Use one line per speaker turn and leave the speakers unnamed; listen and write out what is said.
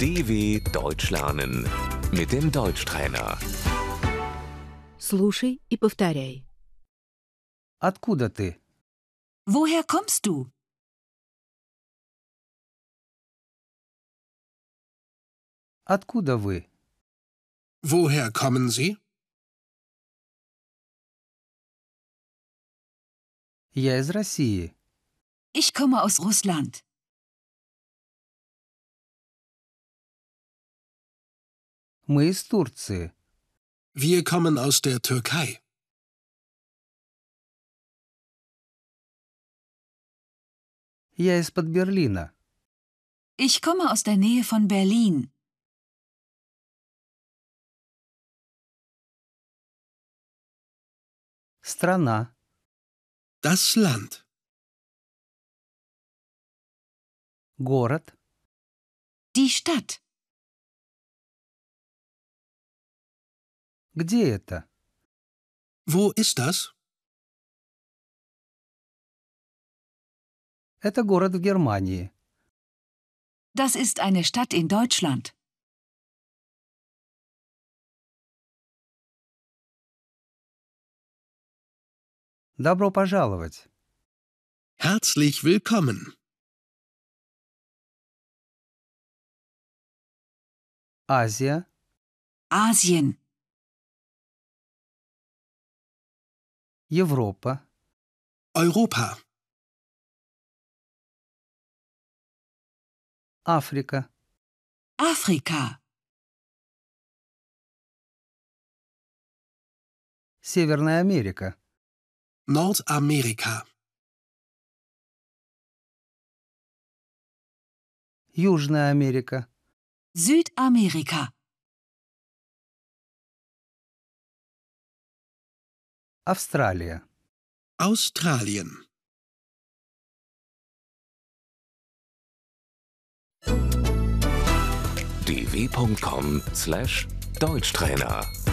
DW Deutsch lernen mit dem Deutschtrainer.
Слушай и повторяй.
Откуда ты?
Woher kommst du?
Откуда вы?
Woher kommen Sie?
Я из России.
Ich komme aus Russland.
Мы из Турции.
Wir kommen aus der Türkei.
Я из-под Берлина.
Ich komme aus der Nähe von Berlin.
Страна.
Das Land.
Город.
Die Stadt.
Где это?
Wo ist das?
Это город в Германии.
Das ist eine Stadt in Deutschland.
Добро пожаловать.
Herzlich willkommen.
Азия.
Asien.
Европа.
Europa.
Африка.
Afrika.
Северная Америка.
Nordamerika.
Южная Америка.
Südamerika.
Австралия.
Australien.
dw.com/deutschtrainer